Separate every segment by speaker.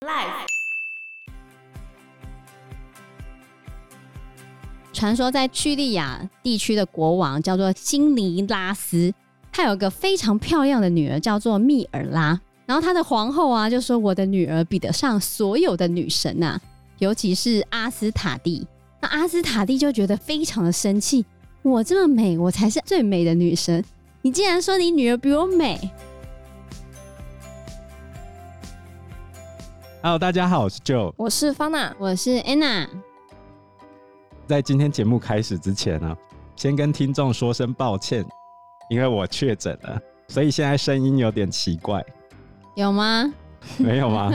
Speaker 1: Life。
Speaker 2: 传说在叙利亚地区的国王叫做辛尼拉斯，他有个非常漂亮的女儿叫做密尔拉。然后他的皇后啊就说：“我的女儿比得上所有的女神呐、尤其是阿斯塔蒂。”那阿斯塔蒂就觉得非常的生气：“我这么美，我才是最美的女神，你竟然说你女儿比我美！”
Speaker 3: Hello，大家好，我是 Joe。
Speaker 4: 我是方娜，
Speaker 2: 我是 Anna，
Speaker 3: 在今天节目开始之前呢、先跟听众说声抱歉，因为我确诊了，所以现在声音有点奇怪，
Speaker 2: 有吗？
Speaker 3: 没有吗？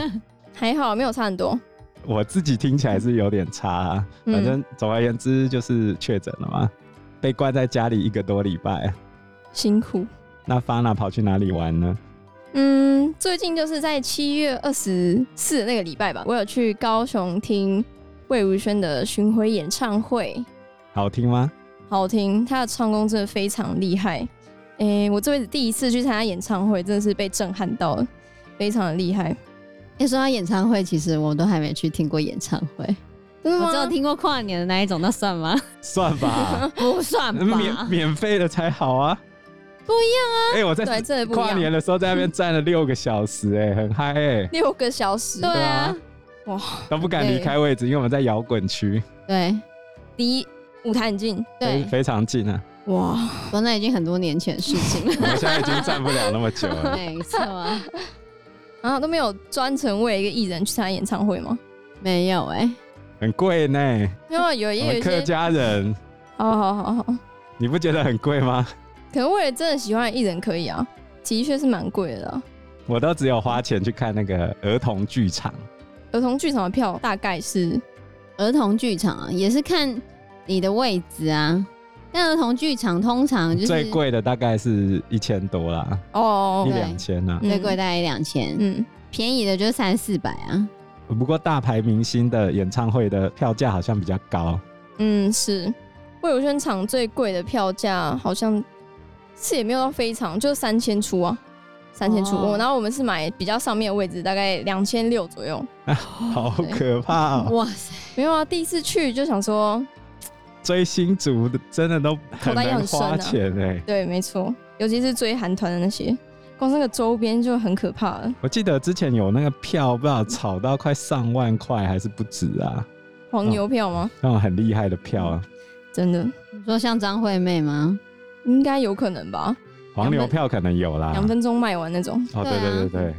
Speaker 4: 还好没有差很多。
Speaker 3: 我自己听起来是有点差、啊，
Speaker 4: 嗯
Speaker 3: 反正总而言之就是确诊了嘛，被关在家里一个多礼拜。
Speaker 4: 辛苦。
Speaker 3: 那 Fana 跑去哪里玩呢？
Speaker 4: 嗯，最近就是在七月二十四那个礼拜吧，我有去高雄听魏如萱的巡回演唱会，
Speaker 3: 好听吗？
Speaker 4: 好听，她的唱功真的非常厉害。诶、我这辈子第一次去参加演唱会，真的是被震撼到了，非常的厉害。
Speaker 2: 一说到演唱会，其实我都还没去听过演唱会，
Speaker 4: 真的
Speaker 2: 我只有
Speaker 4: 吗？
Speaker 2: 听过跨年的那一种，那算吗？
Speaker 3: 算吧，
Speaker 2: 不 算
Speaker 3: 免
Speaker 2: 吧。
Speaker 3: 免费的才好啊。
Speaker 2: 不一
Speaker 3: 样啊！哎、我在
Speaker 4: 对，真的不一
Speaker 3: 跨年
Speaker 4: 样。
Speaker 3: 的时候在那边站了六个小时、哎，很嗨哎、
Speaker 4: 六个小时，
Speaker 2: 对啊，
Speaker 4: 哇，
Speaker 3: 都不敢离开位置，因为我们在摇滚区，
Speaker 2: 对
Speaker 4: 离舞台很近，
Speaker 3: 非
Speaker 2: 对，
Speaker 3: 非常近啊。
Speaker 4: 哇，
Speaker 2: 不过那已经很多年前的事情
Speaker 3: 我
Speaker 2: 了。
Speaker 3: 们现在已经站不了那么久 了。
Speaker 2: 没错啊，
Speaker 4: 然啊后都没有专程为一个艺人去参加演唱会吗？
Speaker 2: 没有哎、
Speaker 3: 很贵呢，
Speaker 4: 因为有也
Speaker 3: 我
Speaker 4: 有
Speaker 3: 们
Speaker 4: 一
Speaker 3: 客
Speaker 4: 些，
Speaker 3: 家人，
Speaker 4: 好好好好。
Speaker 3: 你不觉得很贵吗？
Speaker 4: 可能为了真的喜欢的艺人可以啊，的确是蛮贵的啊、
Speaker 3: 我都只有花钱去看那个儿童剧场，
Speaker 4: 儿童剧场的票大概是
Speaker 2: 儿童剧场啊，也是看你的位置啊。但儿童剧场通常就是
Speaker 3: 最，贵的大概是一千多啦，
Speaker 4: 哦
Speaker 3: 一，
Speaker 2: 对
Speaker 3: 两千啊啦。
Speaker 2: 最贵大概一两千，
Speaker 4: 嗯，
Speaker 2: 便宜的就三四百啊。
Speaker 3: 不过大牌明星的演唱会的票价好像比较高，
Speaker 4: 嗯嗯是。魏如萱场最贵的票价好像是也没有到非常，就三千出啊，三千出。
Speaker 2: 哦
Speaker 4: 然后我们是买比较上面的位置，大概两千六左右。
Speaker 3: 好可怕 哦！
Speaker 2: 哇塞，
Speaker 4: 没有啊，第一次去就想说，
Speaker 3: 追星族的真的都很
Speaker 4: 口袋也
Speaker 3: 能
Speaker 4: 很深啊
Speaker 3: 花钱哎。
Speaker 4: 对，没错，尤其是追韩团的那些，光是那个周边就很可怕了，
Speaker 3: 我记得之前有那个票，不知道炒到快上万块还是不止啊，
Speaker 4: 黄牛票吗？
Speaker 3: 那种很厉害的票
Speaker 4: 嗯
Speaker 3: 啊。
Speaker 4: 真的
Speaker 2: 你说像张惠妹吗？
Speaker 4: 应该有可能吧，
Speaker 3: 黄牛票可能有啦。
Speaker 4: 两、分钟卖完那种。
Speaker 3: 哦，对对对对，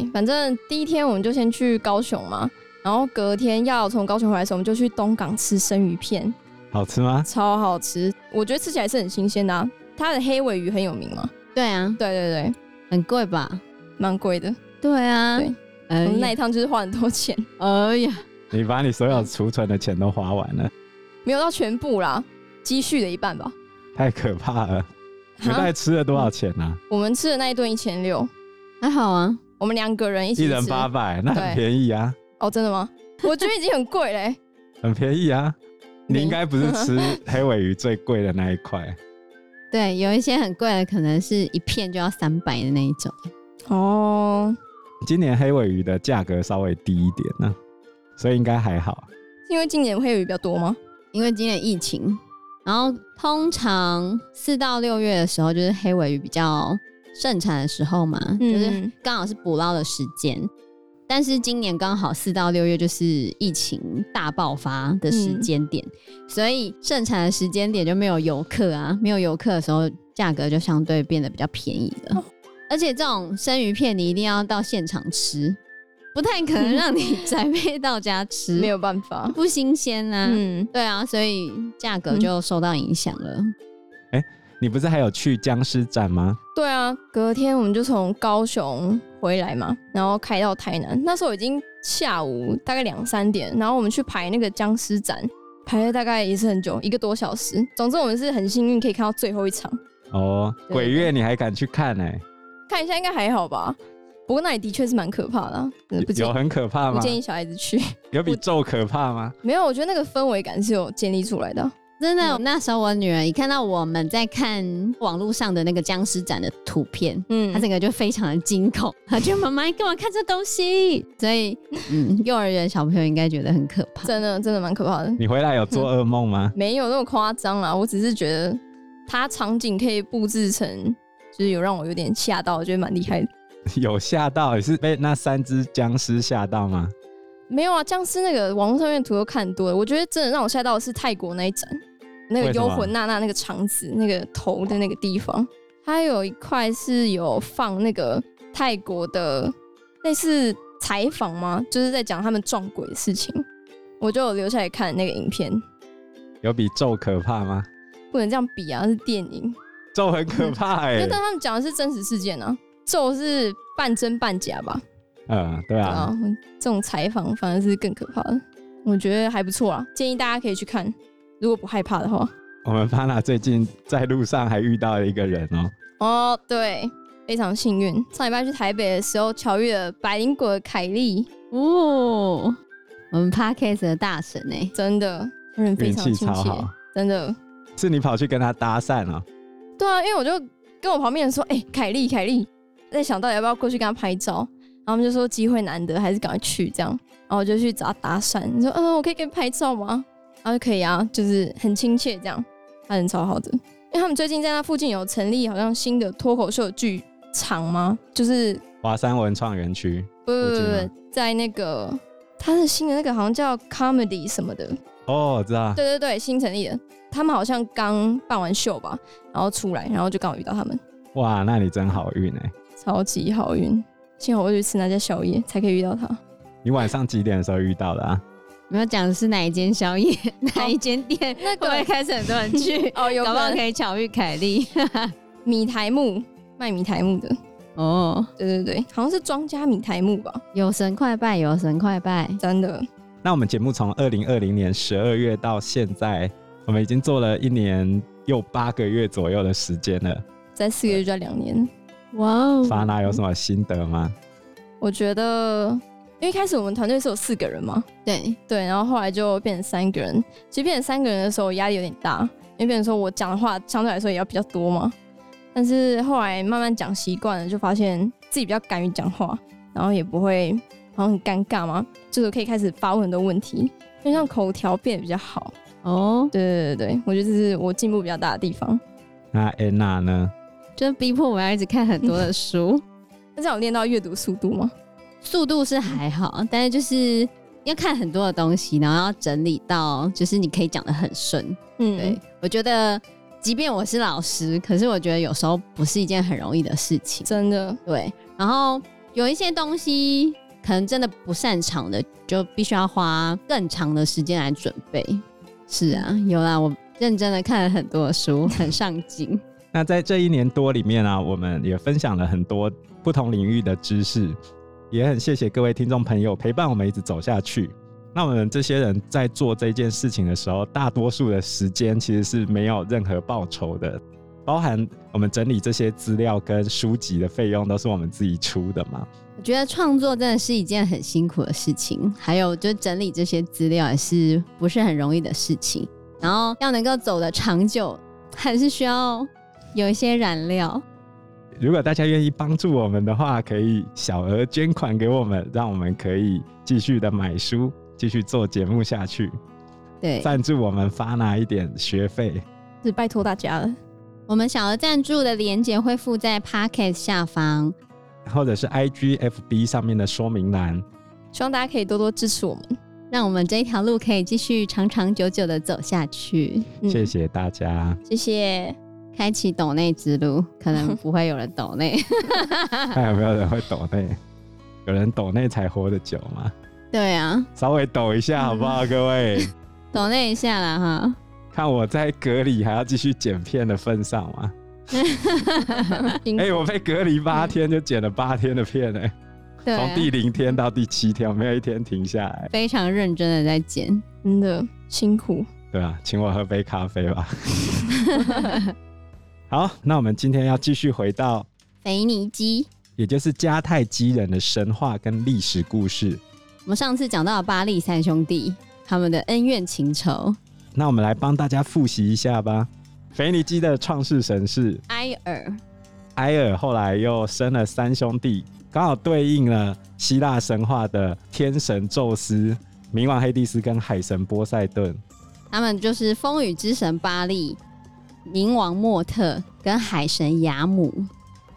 Speaker 4: 对，反正第一天我们就先去高雄嘛，然后隔天要从高雄回来的时候，我们就去东港吃生鱼片，
Speaker 3: 好吃吗？
Speaker 4: 超好吃，我觉得吃起来是很新鲜的、啊。它的黑尾鱼很有名嘛，
Speaker 2: 对啊，
Speaker 4: 对对对，
Speaker 2: 很贵吧？
Speaker 4: 蛮贵的。
Speaker 2: 对啊，
Speaker 4: 对我
Speaker 2: 哎
Speaker 4: 们那
Speaker 2: 呀，
Speaker 4: 一趟就是花很多钱，
Speaker 2: 哎呀，
Speaker 3: 你把你所有储存的钱都花完 了，
Speaker 4: 没有到全部啦，积蓄的一半吧。
Speaker 3: 太可怕了！
Speaker 4: 啊
Speaker 3: 你大
Speaker 4: 哈
Speaker 3: 概吃了多少钱啊呢？
Speaker 4: 我们吃的那一顿一千六，
Speaker 2: 还好啊，
Speaker 4: 我们两个人一起
Speaker 3: 一
Speaker 4: 吃，
Speaker 3: 人八百，那很
Speaker 4: 对
Speaker 3: 便宜啊，
Speaker 4: 哦，真的吗？我觉得已经很贵嘞、
Speaker 3: 很便宜啊！你
Speaker 4: 没
Speaker 3: 应该不是吃黑尾鱼最贵的那一块，
Speaker 2: 对，有一些很贵的，可能是一片就要三百的那一种。
Speaker 4: 哦，
Speaker 3: 今年黑尾鱼的价格稍微低一点呢、所以应该还好。
Speaker 4: 是因为今年黑尾鱼比较多吗？
Speaker 2: 因为今年疫情，然后通常四到六月的时候就是黑尾鱼比较盛产的时候嘛，就是
Speaker 4: 嗯
Speaker 2: 刚好是捕捞的时间。但是今年刚好四到六月就是疫情大爆发的时间点，所以盛产的时间点就没有游客啊，没有游客的时候价格就相对变得比较便宜了。
Speaker 4: 哦
Speaker 2: 而且这种生鱼片你一定要到现场吃，不太可能让你 宅配到家吃，
Speaker 4: 没有办法，
Speaker 2: 不新鲜啊。
Speaker 4: 嗯，
Speaker 2: 对啊，所以价格就受到影响了。
Speaker 3: 你不是还有去僵尸展吗？
Speaker 4: 对啊，隔天我们就从高雄回来嘛，然后开到台南。那时候已经下午大概两三点，然后我们去排那个僵尸展，排了大概也是很久，一个多小时。总之我们是很幸运可以看到最后一场，
Speaker 3: 哦，
Speaker 4: 对
Speaker 3: 鬼月你还敢去看呢、欸
Speaker 4: 看一下应该还好吧。不过那里的确是蛮可怕的啊、真的不建
Speaker 3: 有
Speaker 4: 议
Speaker 3: 很可怕
Speaker 4: 不
Speaker 3: 吗？
Speaker 4: 建议小孩子去。
Speaker 3: 有比咒可怕吗？
Speaker 4: 没有，我觉得那个氛围感是有建立出来的啊。
Speaker 2: 真的，那时候我女儿一看到我们在看网络上的那个僵尸展的图片，
Speaker 4: 嗯
Speaker 2: 她整个就非常的惊恐，她就 妈妈你干嘛看这东西？所 以，嗯，幼儿园小朋友应该觉得很可怕。
Speaker 4: 真的真的蛮可怕的，
Speaker 3: 你回来有做噩梦吗？
Speaker 4: 没有那么夸张啦，我只是觉得它场景可以布置成，就是有让我有点吓到，我觉得蛮厉害的。
Speaker 3: 有吓到？你是被那三只僵尸吓到吗？
Speaker 4: 没有啊，僵尸那个网络上面图都看多了，我觉得真的让我吓到的是泰国那一展，那个
Speaker 3: 为什么
Speaker 4: 幽魂娜娜那个肠子那个头的那个地方，它有一块是有放那个泰国的类似采访吗？就是在讲他们撞鬼的事情，我就有留下来看那个影片，
Speaker 3: 有比咒可怕吗？
Speaker 4: 不能这样比啊，是电影，
Speaker 3: 咒很可怕哎、
Speaker 4: 因为但他们讲的是真实事件啊，咒是半真半假吧？
Speaker 3: 嗯，对
Speaker 4: 对
Speaker 3: 啊
Speaker 4: 啊，，这种采访反而是更可怕的，我觉得还不错啦，建议大家可以去看，如果不害怕的话。
Speaker 3: 我们 Pana 最近在路上还遇到了一个人哦、
Speaker 4: 哦，对，非常幸运，上礼拜去台北的时候巧遇了百灵果的凯莉，
Speaker 2: 哦，我们 podcast 的大神哎、
Speaker 4: 真的人非
Speaker 3: 运
Speaker 4: 常
Speaker 3: 气
Speaker 4: 亲
Speaker 3: 超
Speaker 4: 切
Speaker 3: 好，，
Speaker 4: 真的。
Speaker 3: 是你跑去跟他搭讪哦、
Speaker 4: 对啊，因为我就跟我旁边人说，哎、凯莉，凯莉，在想到底要不要过去跟她拍照，然后他们就说机会难得，还是赶快去这样，然后我就去找她搭讪，你说，嗯、我可以跟你拍照吗？然后就可以啊，就是很亲切这样，他人超好的，因为他们最近在那附近有成立好像新的脱口秀剧场吗？就是
Speaker 3: 华山文创园区，
Speaker 4: 不不
Speaker 3: 附近吗
Speaker 4: 不不，在那个他是新的那个好像叫 comedy 什么的，
Speaker 3: 哦，我知道，
Speaker 4: 对对对，新成立的。他们好像刚办完秀吧，然后出来，然后就刚好遇到他们，
Speaker 3: 哇，那你真好运哎、
Speaker 4: 超级好运。幸好我去吃那家宵夜，才可以遇到他。
Speaker 3: 你晚上几点的时候遇到的啊？
Speaker 2: 你要讲的是哪一间宵夜， 哪一间店？
Speaker 4: 哦那
Speaker 2: 会不会
Speaker 4: 个？
Speaker 2: 开始很多人去
Speaker 4: 哦，有
Speaker 2: 搞不好
Speaker 4: 可
Speaker 2: 可
Speaker 4: 能
Speaker 2: 以巧遇凯莉
Speaker 4: 米苔木卖米苔木的，
Speaker 2: 哦。
Speaker 4: 对对对，好像是庄家米苔木吧，
Speaker 2: 有神快拜，有神快拜，
Speaker 4: 真的。
Speaker 3: 那我们节目从二零二零年十二月到现在，我们已经做了一年又八个月左右的时间了。
Speaker 4: 在四个月就要两年，
Speaker 2: 哇哦
Speaker 3: 法拉有什么心得吗？
Speaker 4: 我觉得，因为一开始我们团队是有四个人嘛，
Speaker 2: 对，
Speaker 4: 对，然后后来就变成三个人。其实变成三个人的时候，我压力有点大，因为变成说我讲的话相对来说也要比较多嘛。但是后来慢慢讲习惯了，就发现自己比较敢于讲话，然后也不会好像很尴尬嘛，就是可以开始发问很多问题，就像口条变得比较好。
Speaker 2: 哦，
Speaker 4: 对对对对，我觉得这是我进步比较大的地方。
Speaker 3: 那安娜呢？
Speaker 2: 就是逼迫我要一直看很多的书，
Speaker 4: 但是有练到阅读速度吗？
Speaker 2: 速度是还好，但是就是要看很多的东西，然后要整理到，就是你可以讲的很顺。
Speaker 4: 嗯，
Speaker 2: 对、我觉得，即便我是老师，可是我觉得有时候不是一件很容易的事情。
Speaker 4: 真的，
Speaker 2: 对，然后有一些东西可能真的不擅长的，就必须要花更长的时间来准备。是啊，有啦，我认真的看了很多的书，很上进。
Speaker 3: 那在这一年多里面啊，我们也分享了很多不同领域的知识，也很谢谢各位听众朋友陪伴我们一直走下去。那我们这些人在做这件事情的时候，大多数的时间其实是没有任何报酬的，包含我们整理这些资料跟书籍的费用都是我们自己出的嘛。
Speaker 2: 我觉得创作真的是一件很辛苦的事情，还有就整理这些资料也是不是很容易的事情。然后要能够走得长久，还是需要有一些燃料。
Speaker 3: 如果大家愿意帮助我们的话，可以小额捐款给我们，让我们可以继续的买书，继续做节目下去，
Speaker 2: 对，
Speaker 3: 赞助我们发拿一点学费。
Speaker 4: 是拜托大家了。
Speaker 2: 我们小额赞助的链接会附在 Pocket 下方。
Speaker 3: 或者是 IGFB 上面的说明栏。
Speaker 4: 希望大家可以多多支持我们。
Speaker 2: 让我们这一条路可以继续长长久久的走下去，
Speaker 4: 嗯
Speaker 3: 谢，谢大家，
Speaker 4: 谢谢。
Speaker 2: 开启抖内之路。可能不会有人抖 内，
Speaker 3: 哎看有没有人会抖内？有人抖内才活得久吗？
Speaker 2: 对啊，
Speaker 3: 稍微抖一下好不好，各位？
Speaker 2: 抖内一下啦哈。
Speaker 3: 看我在隔离还要继续剪片的份上嘛！
Speaker 4: 辛苦
Speaker 3: 哎、我被隔离八天就剪了八天的片哎、
Speaker 2: 对啊
Speaker 3: 从第零天到第七天，我没有一天停下来。
Speaker 2: 非常认真的在剪。
Speaker 4: 真的辛苦。
Speaker 3: 对啊，请我喝杯咖啡吧。 好，那我们今天要继续回到
Speaker 2: 肥尼基，
Speaker 3: 也就是迦太基人的神话跟历史故事。
Speaker 2: 我们上次讲到了巴利三兄弟他们的恩怨情仇，
Speaker 3: 那我们来帮大家复习一下吧。腓尼基的创世神是
Speaker 2: 埃尔，
Speaker 3: 埃尔，后来又生了三兄弟，刚好对应了希腊神话的天神宙斯、冥王黑帝斯跟海神波塞顿。
Speaker 2: 他们就是风雨之神巴利、冥王莫特跟海神雅姆。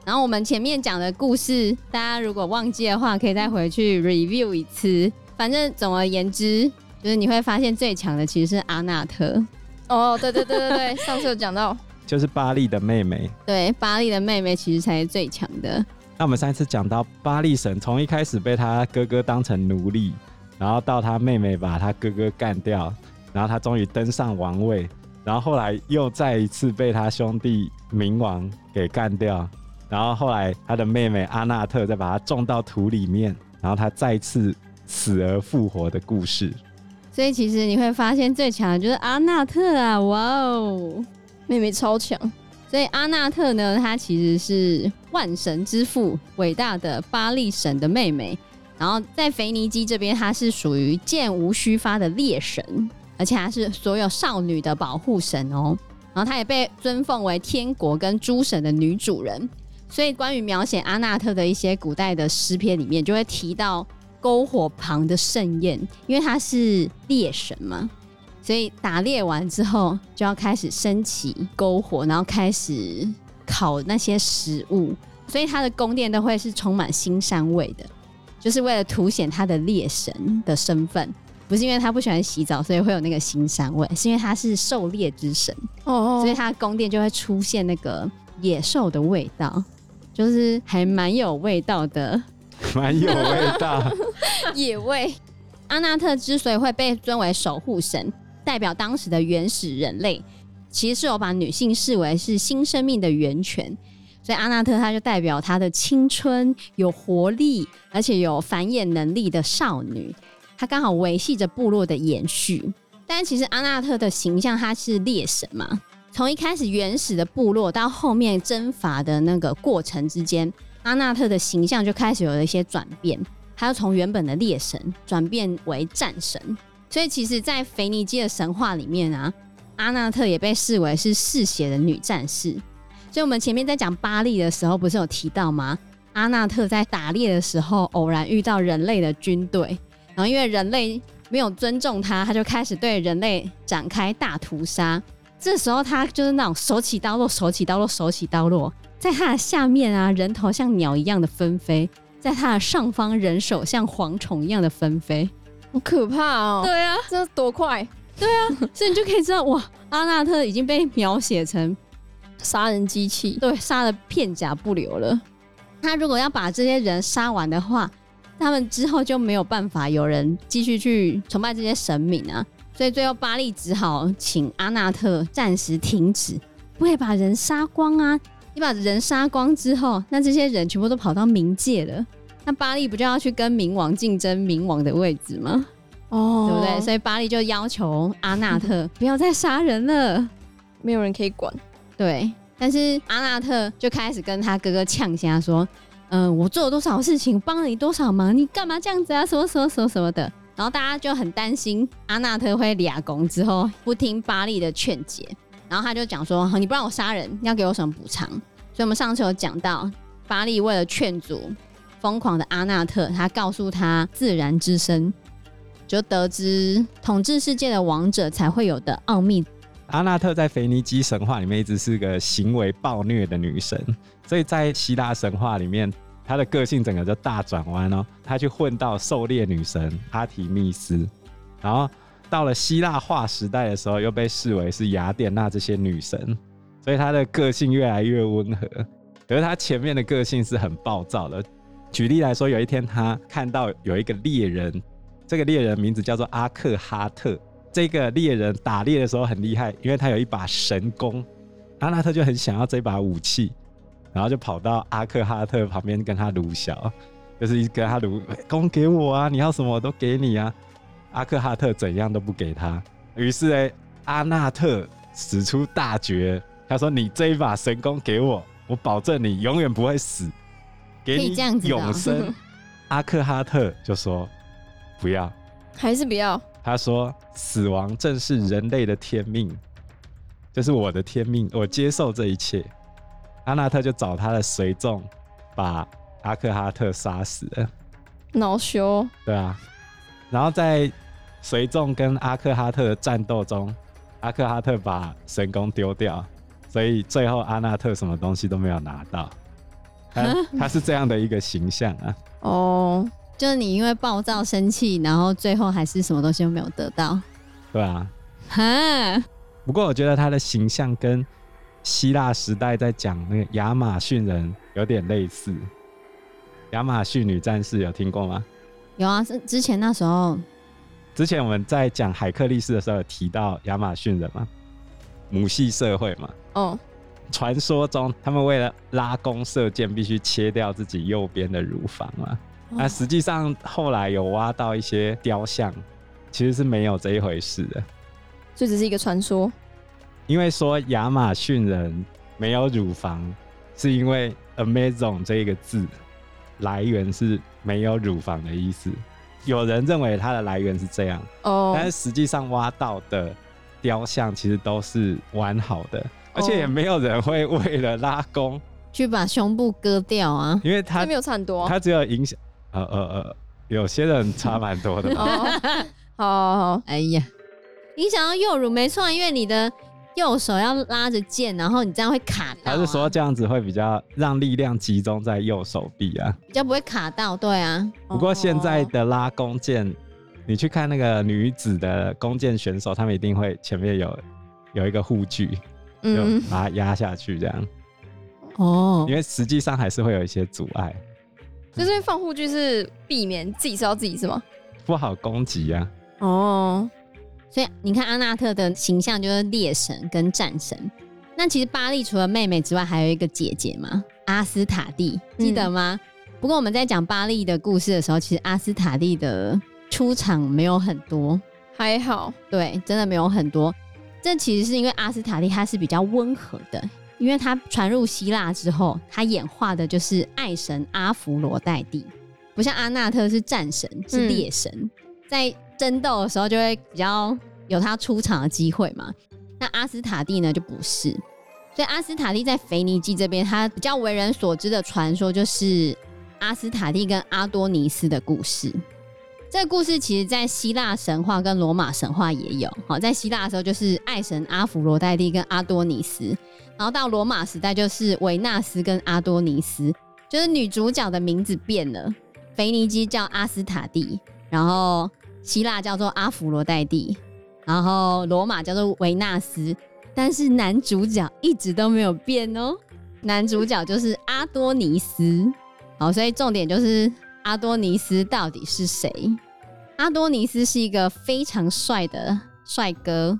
Speaker 2: 然后我们前面讲的故事，大家如果忘记的话，可以再回去 review 一次。反正总而言之，就是你会发现最强的其实是阿纳特，
Speaker 4: 哦，对对对对对，上次有讲到，
Speaker 3: 就是巴利的妹妹。
Speaker 2: 对，巴利的妹妹其实才是最强的。
Speaker 3: 那我们上一次讲到巴利神从一开始被他哥哥当成奴隶，然后到他妹妹把他哥哥干掉，然后他终于登上王位，然后后来又再一次被他兄弟冥王给干掉，然后后来他的妹妹阿纳特再把他种到土里面，然后他再次死而复活的故事。
Speaker 2: 所以其实你会发现最强的就是阿纳特啊，哇哦！
Speaker 4: 妹妹超强，
Speaker 2: 所以阿纳特呢，她其实是万神之父伟大的巴利神的妹妹。然后在腓尼基这边，她是属于剑无虚发的猎神，而且她是所有少女的保护神哦。然后她也被尊奉为天国跟诸神的女主人。所以关于描写阿纳特的一些古代的诗篇里面，就会提到篝火旁的盛宴，因为她是猎神嘛。所以打猎完之后就要开始升起篝火，然后开始烤那些食物，所以它的宫殿都会是充满腥膻味的，就是为了凸显它的猎神的身份。不是因为他不喜欢洗澡，所以会有那个腥膻味，是因为他是狩猎之神，
Speaker 4: 哦
Speaker 2: 所以
Speaker 4: 哦，
Speaker 2: 他的宫殿就会出现那个野兽的味道，就是还蛮有味道的。
Speaker 3: 蛮有味道，
Speaker 2: 野味。阿纳特之所以会被尊为守护神，代表当时的原始人类，其实是有把女性视为是新生命的源泉。所以阿纳特她就代表她的青春、有活力，而且有繁衍能力的少女，她刚好维系着部落的延续。但其实阿纳特的形象，她是猎神嘛，从一开始原始的部落到后面征伐的那个过程之间，阿纳特的形象就开始有了一些转变。他要从原本的猎神转变为战神。所以其实，在腓尼基的神话里面啊，阿纳特也被视为是嗜血的女战士。所以我们前面在讲巴利的时候，不是有提到吗？阿纳特在打猎的时候，偶然遇到人类的军队，然后因为人类没有尊重他，他就开始对人类展开大屠杀。这时候他就是那种手起刀落，手起刀落，手起刀落，在他的下面啊，人头像鸟一样的纷飞，在它的上方人手像蝗虫一样的纷飞。
Speaker 4: 好可怕哦，
Speaker 2: 对啊，
Speaker 4: 这多快，
Speaker 2: 所以你就可以知道，哇，阿纳特已经被描写成
Speaker 4: 杀人机器，
Speaker 2: 对杀的片甲不留了。他如果要把这些人杀完的话，他们之后就没有办法有人继续去崇拜这些神明啊。所以最后巴利只好请阿纳特暂时停止，不会把人杀光啊。你把人杀光之后，那这些人全部都跑到冥界了，那巴利不就要去跟冥王竞争冥王的位置吗？
Speaker 4: 哦
Speaker 2: 对不对？所以巴利就要求阿纳特不要再杀人了。
Speaker 4: 没有人可以管，
Speaker 2: 对，但是阿纳特就开始跟他哥哥呛瞎说：“嗯，我做了多少事情，帮了你多少忙，你干嘛这样子啊？什么什么什么什么的。”然后大家就很担心阿纳特会俩拱之后不听巴利的劝解，然后他就讲说：“你不让我杀人，你要给我什么补偿？”所以我们上次有讲到，巴利为了劝阻疯狂的阿纳特，他告诉他自然之声，就得知统治世界的王者才会有的奥秘
Speaker 3: 阿纳特在腓尼基神话里面一直是个行为暴虐的女神，所以在希腊神话里面，她的个性整个就大转弯哦，她去混到狩猎女神阿提密斯，然后到了希腊化时代的时候，又被视为是雅典娜这些女神，所以她的个性越来越温和。可是她前面的个性是很暴躁的。举例来说，有一天她看到有一个猎人，这个猎人名字叫做阿克哈特，这个猎人打猎的时候很厉害，因为他有一把神弓，阿纳特就很想要这把武器，然后就跑到阿克哈特旁边跟他撸小，就是一直跟他撸，弓给我啊，你要什么我都给你啊。阿克哈特怎样都不给他，于是呢，阿纳特使出大绝，他说：“你这一把神弓给我，我保证你永远不会死，给
Speaker 2: 可以
Speaker 3: 你
Speaker 2: 这样子的哦
Speaker 3: 永生。”阿克哈特就说：“不要。”
Speaker 4: 还是不要，
Speaker 3: 他说：“死亡正是人类的天命，就是我的天命，我接受这一切。”阿纳特就找他的随从把阿克哈特杀死了，
Speaker 4: 恼羞，
Speaker 3: 对啊。然后在随从跟阿克哈特的战斗中，阿克哈特把神功丢掉，所以最后阿纳特什么东西都没有拿到。他他是这样的一个形象啊，
Speaker 4: 哦，
Speaker 2: 就是你因为暴躁生气，然后最后还是什么东西都没有得到。
Speaker 3: 对啊。
Speaker 2: 哈，
Speaker 3: 不过我觉得他的形象跟希腊时代在讲那个亚马逊人有点类似。亚马逊女战士有听过吗？
Speaker 2: 有啊，是之前那时候
Speaker 3: 之前我们在讲海克力士的时候有提到亚马逊人嘛，母系社会嘛。
Speaker 4: 哦，
Speaker 3: 传说中他们为了拉弓射箭，必须切掉自己右边的乳房嘛。那实际上后来有挖到一些雕像，其实是没有这一回事的。
Speaker 4: 这只是一个传说，
Speaker 3: 因为说亚马逊人没有乳房，是因为 Amazon 这个字来源是没有乳房的意思。有人认为它的来源是这样，
Speaker 4: 哦，
Speaker 3: 但是实际上挖到的雕像其实都是完好的，
Speaker 4: 哦
Speaker 3: 而且也没有人会为了拉弓，
Speaker 2: 去把胸部割掉啊，
Speaker 3: 因为
Speaker 4: 这
Speaker 3: 它
Speaker 4: 没有差很多啊，
Speaker 3: 它只有影响，呃呃呃，有些人差蛮多的嘛。
Speaker 4: 哦，好好 好，
Speaker 2: 哎呀，影响到右乳没错啊，因为你的右手要拉着剑，然后你这样会卡到、啊，
Speaker 3: 他是说这样子会比较让力量集中在右手臂啊，
Speaker 2: 比较不会卡到，对啊，
Speaker 3: 不过现在的拉弓箭，你去看那个女子的弓箭选手，他们一定会前面有有一个护具，就
Speaker 4: 嗯，
Speaker 3: 把它压下去这样，
Speaker 2: 哦
Speaker 3: 因为实际上还是会有一些阻碍，
Speaker 4: 就是因为放护具是避免自己知道自己是吗？
Speaker 3: 不好攻击啊。
Speaker 4: 哦，
Speaker 2: 所以你看阿纳特的形象就是猎神跟战神。那其实巴利除了妹妹之外，还有一个姐姐嘛，阿斯塔蒂，记得吗？不过我们在讲巴利的故事的时候，其实阿斯塔蒂的出场没有很多，
Speaker 4: 还好，
Speaker 2: 对，真的没有很多。这其实是因为阿斯塔蒂她是比较温和的，因为她传入希腊之后，她演化的就是爱神阿芙罗代蒂，不像阿纳特是战神，是猎神，在争斗的时候就会比较有他出场的机会嘛。那阿斯塔蒂呢就不是，所以阿斯塔蒂在腓尼基这边，他比较为人所知的传说就是阿斯塔蒂跟阿多尼斯的故事。这个故事其实，在希腊神话跟罗马神话也有。好，在希腊的时候就是爱神阿芙罗代蒂跟阿多尼斯，然后到罗马时代就是维纳斯跟阿多尼斯，就是女主角的名字变了，腓尼基叫阿斯塔蒂，然后希腊叫做阿芙罗代蒂，然后罗马叫做维纳斯，但是男主角一直都没有变哦，男主角就是阿多尼斯。好，所以重点就是阿多尼斯到底是谁？阿多尼斯是一个非常帅的帅哥，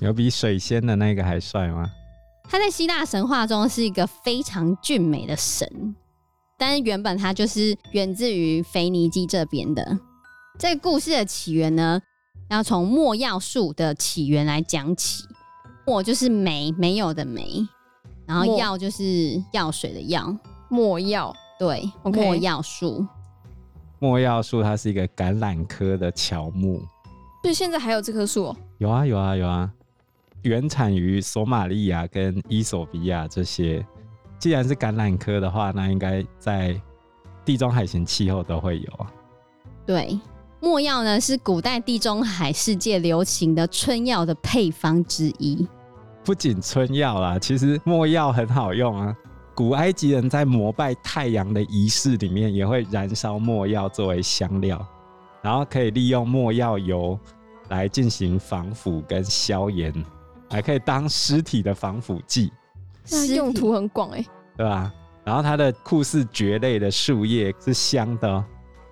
Speaker 3: 有比水仙的那个还帅吗？
Speaker 2: 他在希腊神话中是一个非常俊美的神，但是原本他就是源自于腓尼基这边的。这个故事的起源呢，要从墨药树的起源来讲起。墨就是没没有的没，然后
Speaker 4: 墨
Speaker 2: 药就是药水的药，
Speaker 4: 墨药，
Speaker 2: 对
Speaker 4: OK
Speaker 2: 墨药树。
Speaker 3: 莫药树它是一个橄榄科的乔木，
Speaker 4: 所以现在还有这棵树哦，
Speaker 3: 有啊有啊有啊，原产于索马利亚跟伊索比亚这些。既然是橄榄科的话，那应该在地中海型气候都会有啊。
Speaker 2: 对，墨药呢是古代地中海世界流行的春药的配方之一。
Speaker 3: 不仅春药啦，其实墨药很好用啊。古埃及人在膜拜太阳的仪式里面，也会燃烧墨药作为香料，然后可以利用墨药油来进行防腐跟消炎，还可以当尸体的防腐剂，
Speaker 4: 那
Speaker 2: 尸
Speaker 4: 用
Speaker 2: 体
Speaker 4: 途很广哎、
Speaker 3: 对吧？然后它的酷似蕨类的树叶是香的哦、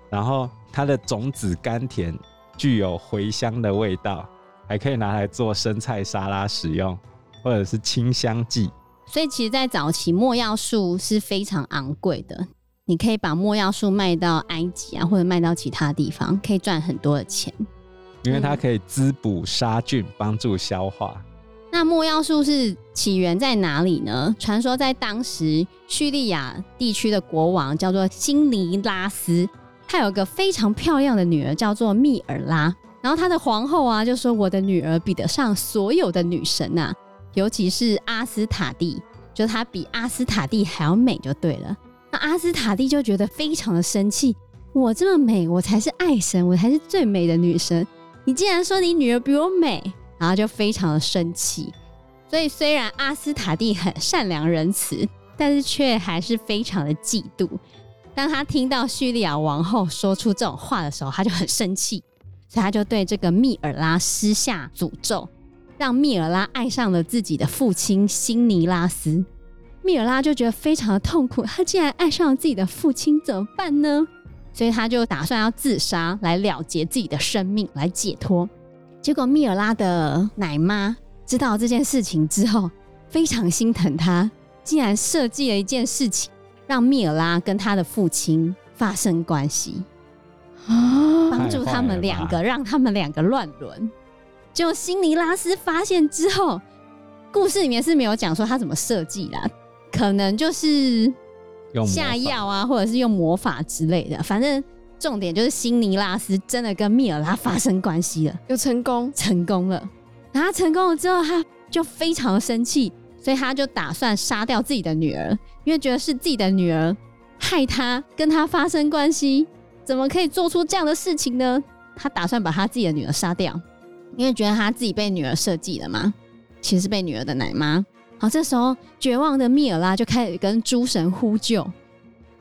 Speaker 3: 然后它的种子甘甜，具有茴香的味道，还可以拿来做生菜沙拉使用，或者是清香剂。
Speaker 2: 所以其实，在早期墨药树是非常昂贵的，你可以把墨药树卖到埃及啊，或者卖到其他地方，可以赚很多的钱。
Speaker 3: 因为它可以滋补杀菌，帮助消化。
Speaker 2: 那墨药树是起源在哪里呢？传说在当时叙利亚地区的国王叫做辛尼拉斯，他有个非常漂亮的女儿叫做密尔拉。然然后他的皇后啊就说：“我的女儿比得上所有的女神呐、尤其是阿斯塔蒂，就她比阿斯塔蒂还要美就对了。”那阿斯塔蒂就觉得非常的生气：“我这么美，我才是爱神，我才是最美的女神，你竟然说你女儿比我美！”然后就非常的生气。所以虽然阿斯塔蒂很善良仁慈，但是却还是非常的嫉妒。当他听到叙利亚王后说出这种话的时候，他就很生气，所以他就对这个密尔拉施下诅咒，让密尔拉爱上了自己的父亲辛尼拉斯。密尔拉就觉得非常的痛苦，他竟然爱上了自己的父亲，怎么办呢？所以他就打算要自杀来了结自己的生命，来解脱。结果密尔拉的奶妈知道这件事情之后，非常心疼他，竟然设计了一件事情，让密尔拉跟他的父亲发生关系，
Speaker 4: 啊，
Speaker 2: 帮助他们两个，让他们两个乱伦。结果辛尼拉斯发现之后，故事里面是没有讲说他怎么设计啦，可能就是
Speaker 3: 用魔
Speaker 2: 下
Speaker 3: 法
Speaker 2: 药啊，或者是用魔法之类的。反正重点就是辛尼拉斯真的跟密尔拉发生关系了。
Speaker 4: 有成功，
Speaker 2: 成功了。然后他成功了之后，他就非常的生气，所以他就打算杀掉自己的女儿，因为觉得是自己的女儿害他跟他发生关系，怎么可以做出这样的事情呢？他打算把他自己的女儿杀掉，因为觉得他自己被女儿设计了嘛，其实是被女儿的奶妈。好，这时候绝望的密尔拉就开始跟诸神呼救。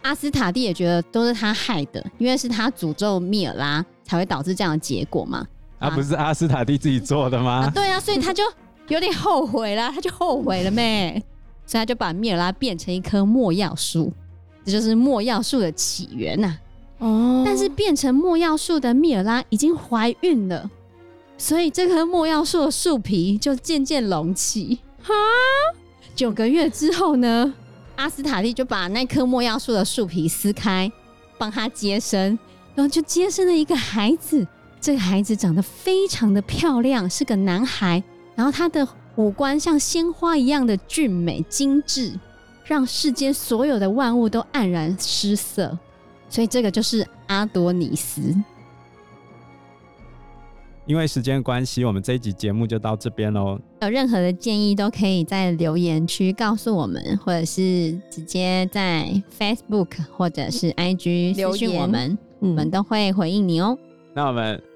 Speaker 2: 阿斯塔蒂也觉得都是他害的，因为是他诅咒密尔拉才会导致这样的结果嘛。
Speaker 3: 啊，不是阿斯塔蒂自己做的
Speaker 2: 啊，
Speaker 3: 吗？
Speaker 2: 对啊，所以他就有点后悔啦，他就后悔了咩，所以他就把米尔拉变成一棵墨药树，这就是墨药树的起源啊呐、
Speaker 4: 哦
Speaker 2: 但是变成墨药树的米尔拉已经怀孕了，所以这棵墨药树的树皮就渐渐隆起。哈，九个月之后呢，阿斯塔蒂就把那棵墨药树的树皮撕开，帮他接生，然后就接生了一个孩子。这个孩子长得非常的漂亮，是个男孩，然后他的五官像鲜花一样的俊美精致，让世间所有的万物都黯然失色。所以这个就是阿多尼斯。
Speaker 3: 因为时间关系，我们这一集节目就到这边喽。
Speaker 2: 有任何的建议都可以在留言区告诉我们，或者是直接在 Facebook 或者是 IG
Speaker 4: 留
Speaker 2: 私讯
Speaker 4: 言
Speaker 2: 我们，我们
Speaker 4: 嗯，
Speaker 2: 都会回应你哦。
Speaker 3: 那我们